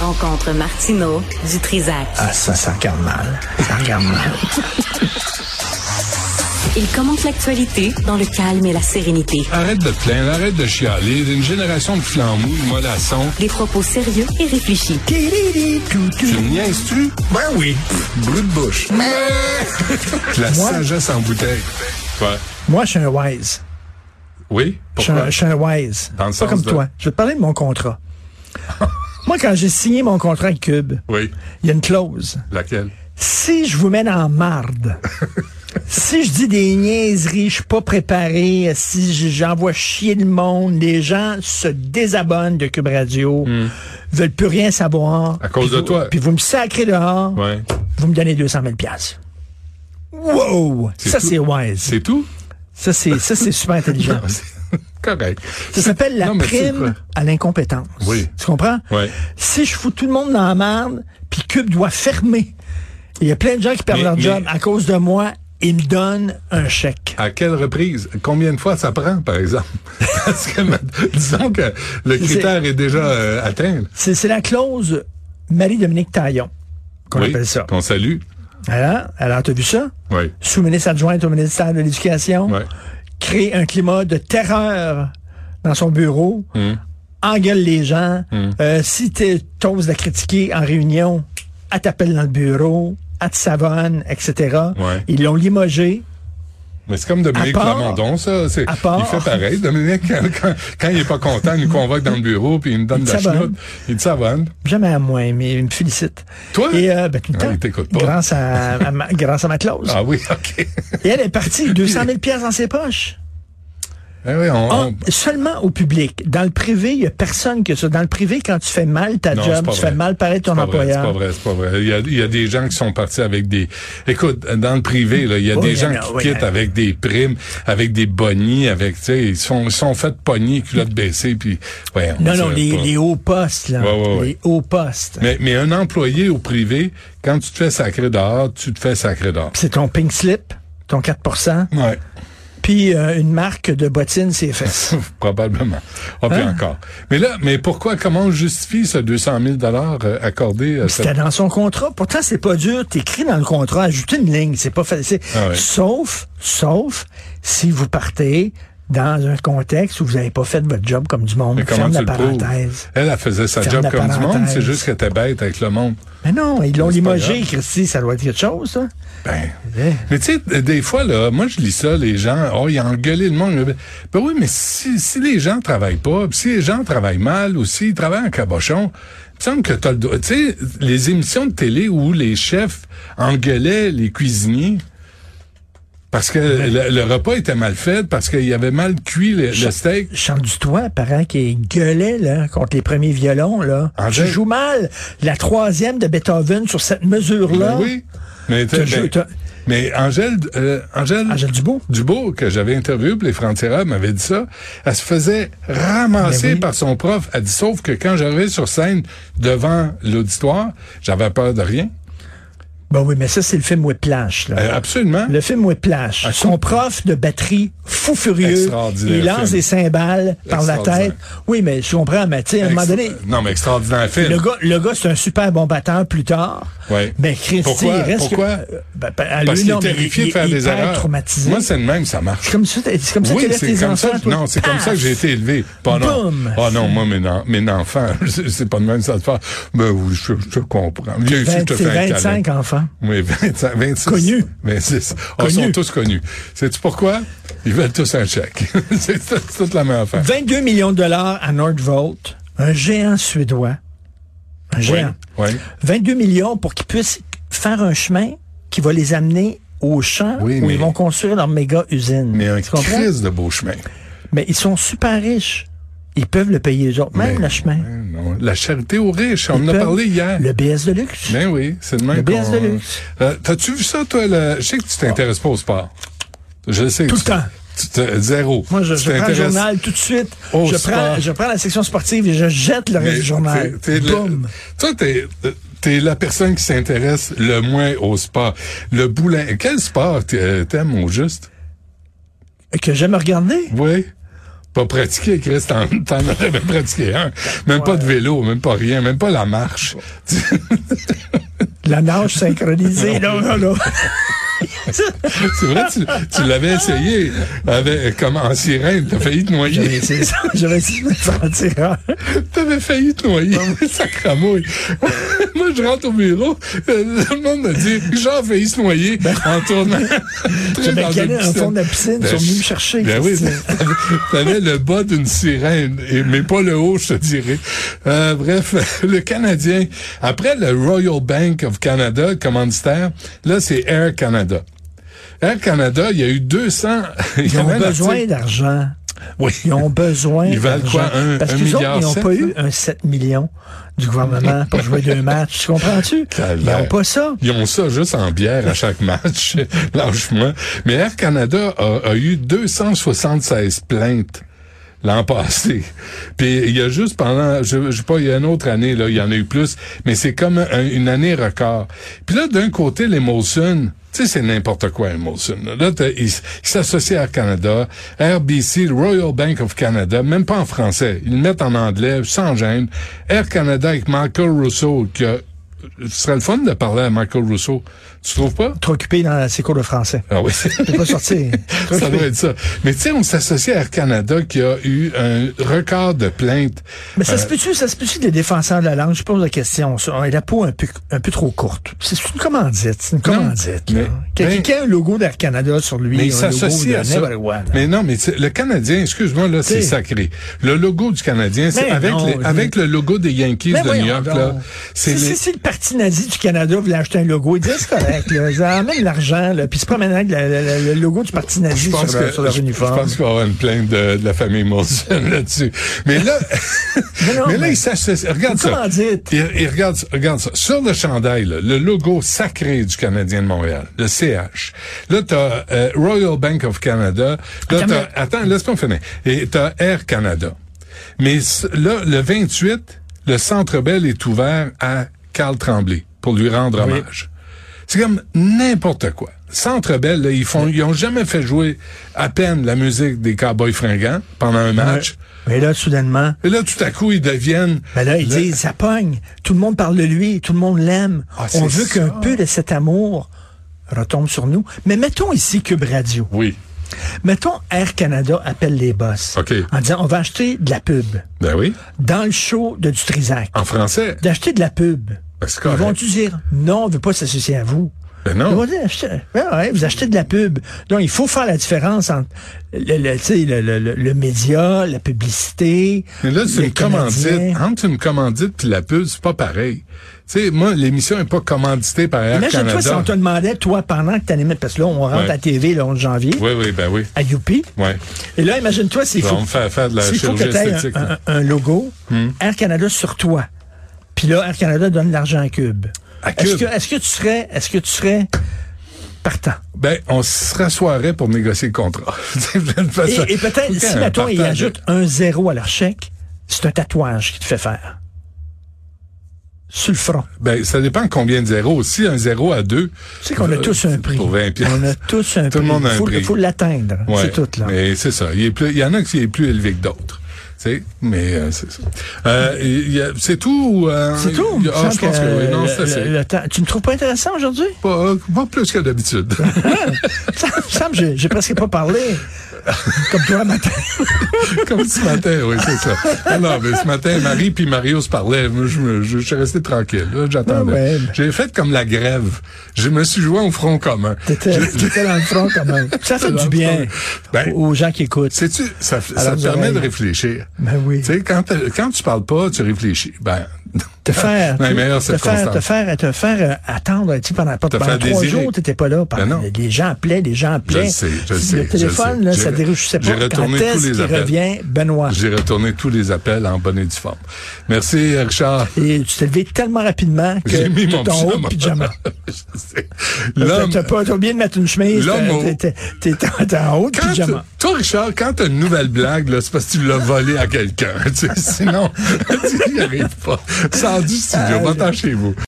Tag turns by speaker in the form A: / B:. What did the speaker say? A: rencontre Martino du Trisac.
B: Ah, ça, ça regarde mal. Ça regarde mal.
A: Il commente l'actualité dans le calme et la sérénité.
C: Arrête de te plaindre, arrête de chialer. Une génération de flambouilles, de mollassons.
A: Des propos sérieux et réfléchis.
C: Tu me niaises-tu?
B: Ben oui.
C: Brut de bouche. La
B: Moi?
C: sagesse en bouteille. Ouais.
B: Moi, je suis un wise.
C: Oui?
B: Je suis
C: Pourquoi?
B: un, je suis un wise.
C: Dans le
B: Pas
C: sens
B: comme
C: de-
B: toi. Je vais te parler de mon contrat. Moi, quand j'ai signé mon contrat avec Cube,
C: Oui.
B: il y a une clause.
C: Laquelle?
B: Si je vous mène en marde, si je dis des niaiseries, je suis pas préparé, si j- j'envoie chier le monde, les gens se désabonnent de Cube Radio, veulent plus rien savoir.
C: Hmm. À cause
B: Puis
C: de
B: vous-
C: toi.
B: Puis vous me sacrez dehors,
C: Ouais.
B: vous me donnez 200 000 piastres. Wow!
C: C'est
B: Ça,
C: tout.
B: c'est wise.
C: C'est tout?
B: Ça, c'est, ça, c'est super intelligent.
C: Correct.
B: Ça s'appelle la
C: Non, mais tu sais quoi?
B: prime à l'incompétence.
C: Oui.
B: Tu comprends?
C: Ouais.
B: Si je fous tout le monde dans la merde, puis Cube doit fermer, il y a plein de gens qui perdent
C: Mais-
B: leur
C: mais-
B: job à cause de moi, ils me donnent un chèque.
C: À quelle reprise? Combien de fois ça prend, par exemple? Parce que, ma- disons que le critère est, déjà euh, atteint. là.
B: C'est, c'est la clause Marie-Dominique Taillon qu'on
C: oui,
B: appelle ça.
C: Qu'on salue.
B: Alors, alors t'as vu ça?
C: Oui.
B: Sous-ministre adjointe au ministère de l'Éducation,
C: Ouais.
B: crée un climat de terreur dans son bureau,
C: Hmm.
B: engueule les gens. Euh, si tu t'oses la critiquer en réunion, elle t'appelle dans le bureau, elle te savonne, etc.
C: Ouais.
B: Ils l'ont limogé.
C: Mais c'est comme Dominique
B: À part-
C: Plamondon, ça. C'est,
B: à part-
C: il fait pareil. Dominique, quand, quand- quand il est pas content, il nous convoque dans le bureau puis il me donne
B: Il
C: de
B: te
C: la
B: savonne.
C: chenoute. Il te savonne.
B: Jamais à moi, mais il me félicite.
C: Toi?
B: Et euh, ben, tout le
C: Ah,
B: temps,
C: il t'écoute pas.
B: grâce à, à ma, grâce à ma clause.
C: Ah oui, OK.
B: Et elle est partie, 200 000 pièces dans ses poches.
C: Eh oui, on,
B: Ah,
C: on-
B: seulement au public. Dans le privé, il n'y a personne que ça. Dans le privé, quand tu fais mal ta
C: Non, c'est
B: job,
C: pas
B: tu
C: vrai.
B: fais mal paraître ton
C: C'est pas vrai,
B: employeur.
C: C'est pas vrai, c'est pas vrai. Il y, a, il y a des gens qui sont partis avec des. Écoute, dans le privé, là, il y a
B: Oui,
C: des
B: il y
C: gens
B: en a,
C: qui
B: oui, il y
C: quittent
B: en a.
C: avec des primes, avec des bonnies, avec, tu sais, ils sont, ils sont faits pogner, culottes baissées, puis. Ouais, on
B: Non, non,
C: dirait
B: les,
C: pas.
B: les hauts postes, là.
C: Ouais, ouais, ouais.
B: Les hauts postes.
C: Mais, mais un employé au privé, quand tu te fais sacrer dehors, tu te fais sacrer dehors.
B: C'est ton pink slip, ton 4
C: Ouais,
B: puis euh, une marque de bottine, c'est fesses.
C: probablement. Ah, puis
B: Hein?
C: encore. Mais là, mais pourquoi, comment on justifie ce 200 000 euh, accordé à cette
B: C'était dans son contrat. Pourtant, c'est pas dur. T'écris dans le contrat, ajouter une ligne, c'est pas facile.
C: Ah ouais.
B: Sauf, sauf si vous partez dans un contexte où vous n'avez pas fait votre job comme du monde.
C: Mais comment
B: Ferme
C: tu
B: la
C: le prouves?
B: parenthèse.
C: Elle, elle faisait sa
B: Ferme
C: job
B: la
C: comme du monde,
B: parenthèse.
C: c'est juste qu'elle était bête avec le monde.
B: Mais non, ils l'ont
C: Mais c'est pas
B: limogé,
C: grave.
B: Christy. Ça doit être quelque chose, ça.
C: Ben.
B: Eh.
C: Mais tu sais, euh, des fois, là, moi, je lis ça, les gens, oh, ils ont engueulé le monde. Ben oui, mais si, si les gens travaillent pas, pis si les gens travaillent mal ou s'ils travaillent en cabochon, il me semble que t'as le droit. Tu sais, les émissions de télé où les chefs engueulaient les cuisiniers parce que le, le repas était mal fait, parce qu'il y avait mal cuit le, le steak.
B: Charles Dutoit, parent qui gueulait là, contre les premiers violons. Là.
C: Ah,
B: tu
C: ben.
B: joues mal la troisième de Beethoven sur cette mesure-là.
C: Ben oui. Mais, t'as-
B: T'as joué,
C: ben-
B: t'as-
C: mais Angèle, euh, Angèle,
B: Angèle Dubois.
C: Dubois, que j'avais interviewé pour les Frontières, m'avait dit ça. Elle se faisait ramasser
B: Ben oui.
C: par son prof. Elle dit, sauf que quand j'arrivais sur scène devant l'auditoire, j'avais peur de rien.
B: Ben oui, mais ça, c'est le film Whiplash. Là.
C: Euh, absolument.
B: Ah. Le film Whiplash.
C: Ah,
B: Son
C: cool.
B: prof de batterie, fou furieux,
C: Extraordinaire
B: il lance
C: film.
B: des cymbales par la
C: Extraordinaire.
B: tête. Oui, mais je comprends, mais tu sais, à un moment donné,
C: Ex- Non, mais extraordinaire film.
B: le gars, le gars c'est un super bon batteur plus tard.
C: Ouais.
B: Mais Christy,
C: Pourquoi?
B: il reste... que-
C: Pourquoi?
B: Ben, ben, à
C: Parce
B: lui,
C: qu'il est
B: non, mais
C: terrifié
B: il-
C: de faire
B: il est
C: des
B: hyper
C: erreurs.
B: traumatisé.
C: Moi, c'est le même, ça marche.
B: C'est comme ça, c'est comme ça que tu
C: oui,
B: laisses
C: c'est
B: tes
C: comme
B: enfants.
C: ça.
B: toi.
C: Non, c'est comme ça que j'ai été élevé. Pas non.
B: Boum!
C: Ah non, moi, mes, en- mes enfants, c'est c'est pas de même ça de faire. Ben oui, je, je comprends. Viens ici, je
B: Vingt-
C: te
B: C'est
C: fais un câlin.
B: 25 enfants.
C: Oui, 25, 26.
B: Connus.
C: 26. Ah, Ils sont
B: Connus.
C: tous connus. Sais-tu pourquoi? Ils veulent tous un chèque. c'est tout- c'est toute la même affaire.
B: 22 millions de dollars à Nordvolt, un géant suédois. Un géant.
C: Oui, oui.
B: 22 millions pour qu'ils puissent faire un chemin qui va les amener au champ
C: Oui,
B: où
C: mais-
B: ils vont construire leur méga usine.
C: Mais un
B: tu comprends?
C: crise de beau chemin.
B: Mais ils sont super riches. Ils peuvent le payer les autres, même
C: Mais-
B: le chemin.
C: Non, la charité aux riches, on
B: Ils
C: en a
B: peuvent-
C: parlé hier.
B: Le BS de luxe.
C: Ben oui, c'est le
B: Le
C: même
B: BS
C: qu'on-
B: de luxe.
C: Euh, T'as-tu vu ça, toi? le- Je sais que tu t'intéresses pas au sport. Je le sais.
B: Tout le
C: tu-
B: temps.
C: tu te- Zéro.
B: Moi, je,
C: Tu
B: je prends le
C: t'intéresses-
B: journal tout de suite.
C: au
B: Je prends,
C: sport.
B: je prends la section sportive et je jette le reste
C: Mais
B: du journal.
C: t'es- t'es le-
B: Boum.
C: toi, t'es, t'es la personne qui s'intéresse le moins au sport. Le boulin. Quel sport t'a- t'aimes au euh, juste?
B: Que j'aime regarder.
C: Oui. Pas pratiqué, Chris, t'en, t'en aurais bien pratiqué un. Même pas de vélo, même pas rien, même pas la marche.
B: Oh. La nage synchronisée, non, non, non.
C: C'est vrai, tu, tu l'avais essayé avec, comme en sirène, t'as failli te
B: J'avais
C: noyer.
B: essayé ça, j'avais essayé de me sentir. un.
C: T'avais failli te noyer. Sacramouille.
B: Euh.
C: Moi, je rentre au bureau, euh, le monde me dit, Richard a failli se noyer
B: Ben,
C: en tournant.
B: Je
C: Très dans une
B: m'écalais en fond de la piscine, ils
C: piscine. Ben,
B: sont venus me
C: je-
B: chercher.
C: Ben oui,
B: Christ.
C: t'avais- t'avais le bas d'une sirène, et, mais pas le haut, je te dirais. Euh, bref, le Canadien, après le Royal Bank of Canada, commanditaire, là, c'est Air Canada. Air Canada, il y a eu 200... il y
B: Ils
C: avait
B: ont
C: un
B: besoin
C: article-
B: d'argent.
C: Oui.
B: Ils ont besoin
C: Ils valent
B: d'argent.
C: quoi, un-
B: Parce
C: un
B: qu'ils autres,
C: milliard
B: ils n'ont
C: sept,
B: pas
C: là?
B: eu un 7 millions du gouvernement pour jouer deux matchs. Tu comprends-tu? Ils
C: Calvaire.
B: n'ont pas ça.
C: Ils ont ça juste en bière à chaque match, lâche-moi. Mais Air Canada a, a eu 276 plaintes l'an passé. Puis il y a juste pendant, je, je sais pas, il y a une autre année, là, il y en a eu plus, mais c'est comme un- une année record. Puis là, d'un côté, les Molson, tu sais, c'est n'importe quoi, Molson. Là, Là, t'as- ils s- ils s'associent à Air Canada, RBC, le Royal Bank of Canada, même pas en français. Ils le mettent en anglais, sans gêne. Air Canada avec Michael Rousseau, qui a ce serait le fun de parler à Michael Rousseau. Tu trouves pas?
B: Trop occupé dans ses cours de français.
C: Ah oui.
B: Ils ne pas sortir. Trop
C: ça
B: occupé.
C: doit être ça. Mais tu sais, on s'associe à Air Canada qui a eu un record de plaintes.
B: Mais ça se peut-tu, ça se peut-tu que les défenseurs de la langue, je pose la question, ça, ont la peau un peu, un peu trop courte. C'est une commandite, c'est une commandite. là.
C: mais-
B: Quelqu'un
C: mais-
B: qui a un logo d'Air Canada sur lui,
C: Mais il
B: un logo de
C: s'associe à ça.
B: n'importe quoi, là.
C: Mais non, mais tu sais, le Canadien, excuse-moi, là, c'est
B: T'sais.
C: sacré. Le logo du Canadien, c'est
B: Mais
C: avec,
B: non,
C: les-
B: je-
C: avec le logo des Yankees
B: Mais
C: de
B: voyons
C: New York,
B: donc.
C: là. C'est
B: Si,
C: les-
B: si, si le parti nazi du Canada voulait acheter un logo, il disait c'est correct, là, ils amènent l'argent, là, puis ils se promènent avec le, le- le- le logo du parti nazi
C: Je
B: sur,
C: pense,
B: leur-
C: que,
B: sur leur
C: je- je
B: uniforme.
C: pense qu'il va y avoir une plainte de, de la famille Molson là-dessus. Mais là, mais,
B: Mais non,
C: là,
B: mais-
C: il s'associe. Regarde
B: C'est une
C: ça.
B: commandite.
C: Il, il regarde, ça, regarde ça. Sur le chandail, là, le logo sacré du Canadien de Montréal, le CH. Là, t'as euh, Royal Bank of Canada. Là,
B: Attends,
C: t'as- attends, laisse-moi finir. Et t'as Air Canada. Mais c- là, le 28, le Centre Bell est ouvert à Carl Tremblay pour lui rendre hommage. C'est comme n'importe quoi. Centre Bell, là, ils font, ils ont jamais fait jouer à peine la musique des Cowboys fringants pendant un match.
B: Mais là, soudainement,
C: Et là, tout à coup, ils deviennent.
B: ben là, ils
C: le-
B: disent, ça pogne. Tout le monde parle de lui, tout le monde l'aime.
C: Ah, c'est
B: On veut
C: ça.
B: qu'un peu de cet amour retombe sur nous. Mais mettons ici Cube Radio.
C: Oui.
B: Mettons Air Canada appelle les boss.
C: OK.
B: En disant, on va acheter de la pub
C: Ben oui.
B: dans le show de Dutrisac.
C: En français.
B: D'acheter de la pub.
C: Ben, c'est
B: Ils
C: correct.
B: vont-tu dire non, on ne veut pas s'associer à vous?
C: Ben non.
B: Ils vont dire, achetez- ouais, ouais, vous achetez de la pub. Donc, il faut faire la différence entre le, le, tu sais, le, le- le- le média, la publicité.
C: Mais là, c'est
B: le
C: une commandite.
B: Canadien.
C: Entre une commandite puis la pub, c'est pas pareil. Tu sais, moi, l'émission est pas commanditée par Air
B: Imagine-toi si
C: Canada.
B: on te demandait, toi, pendant que tu animais, parce que là, on rentre
C: Ouais.
B: à TV le 11 janvier,
C: Oui, oui, ben oui.
B: à Youpi.
C: Ouais.
B: Et là, imagine-toi s'il
C: Ils
B: faut,
C: vont me faire faire de la
B: s'il faut
C: chirurgie
B: que tu
C: esthétique.
B: un,
C: là. Hmm.
B: un- un logo Air Canada sur toi. Puis là, Air Canada donne de l'argent à Cube.
C: À
B: Est-ce
C: Cube.
B: que, est-ce que tu serais, est-ce que tu serais partant?
C: Ben, on se rassoirait pour négocier le contrat. Tu sais, de toute façon,
B: Et, et peut-être, si,
C: aucun
B: mettons, ils
C: partage.
B: ajoutent un zéro à leur chèque, c'est un tatouage qui te fait faire. Sur le front.
C: Ben, ça dépend combien de zéros. Si un zéro à deux.
B: Tu sais qu'on a
C: euh,
B: tous un prix.
C: Pour 20 piastres.
B: On a tous un
C: Tout
B: prix.
C: le monde a un
B: faut,
C: prix.
B: faut l'atteindre.
C: Ouais,
B: C'est tout, là.
C: Mais c'est ça. Il, est plus- il y en a qui est plus élevé que d'autres. Tu sais, mais euh, c'est ça. Euh, il y a- c'est tout ou, euh,
B: C'est tout.
C: il y a- Ah,
B: sens
C: je pense que, oui. Non,
B: le-
C: c'est assez.
B: le- le temps- Tu ne trouves pas intéressant aujourd'hui?
C: Pas, pas plus que d'habitude.
B: Ça me semble que j'ai- j'ai presque pas parlé. Comme toi, matin.
C: Comme ce matin, oui, c'est ça. Alors, ben, ce matin, Marie puis Mario se parlaient. Moi, je, me- je, je suis resté tranquille. Là, j'attendais.
B: Ah ouais.
C: J'ai fait comme la grève. Je me suis joint au front commun.
B: T'étais t'étais dans le front, quand même. Ça fait
C: Dans
B: du
C: le
B: bien
C: front. Ben,
B: aux gens qui écoutent.
C: Sais-tu, ça, ça
B: Alors,
C: te permet
B: Joël.
C: de réfléchir.
B: Ben oui.
C: Tu sais, quand, t'as- quand tu parles pas, tu réfléchis. Ben,
B: te faire,
C: Dans les meilleures
B: te faire,
C: circonstances.
B: te faire, te faire euh, attendre, tu sais, pendant, pendant
C: faire
B: trois
C: désirer.
B: jours, t'étais pas là. Pendant-
C: Ben non.
B: les gens appelaient, les gens
C: Je
B: appelaient.
C: le sais, je le
B: le
C: sais. je le
B: téléphone,
C: sais.
B: là,
C: J'ai-
B: ça dérougissait
C: J'ai
B: pas. Quand
C: retourné tous
B: est-ce
C: les
B: qu'il
C: appels.
B: revient, Benoît?
C: J'ai retourné tous les appels en bonne et due forme. Merci, Richard.
B: Et tu t'es levé tellement rapidement que
C: J'ai mis mon
B: ton haut
C: pyjama.
B: de pyjama.
C: Je sais.
B: T'as
C: L'homme.
B: t'as pas t'as oublié de mettre une chemise.
C: L'homme
B: t'as-
C: au-
B: t'es- t'es- T'es t'es- t'es en haut de
C: Quand tu-
B: pyjama.
C: toi, Richard, quand t'as une nouvelle blague, là, c'est parce que tu l'as volée à quelqu'un. tu sais. Sinon, tu n'y arrives pas. Sors du studio,
B: Ah,
C: va-t'en chez vous.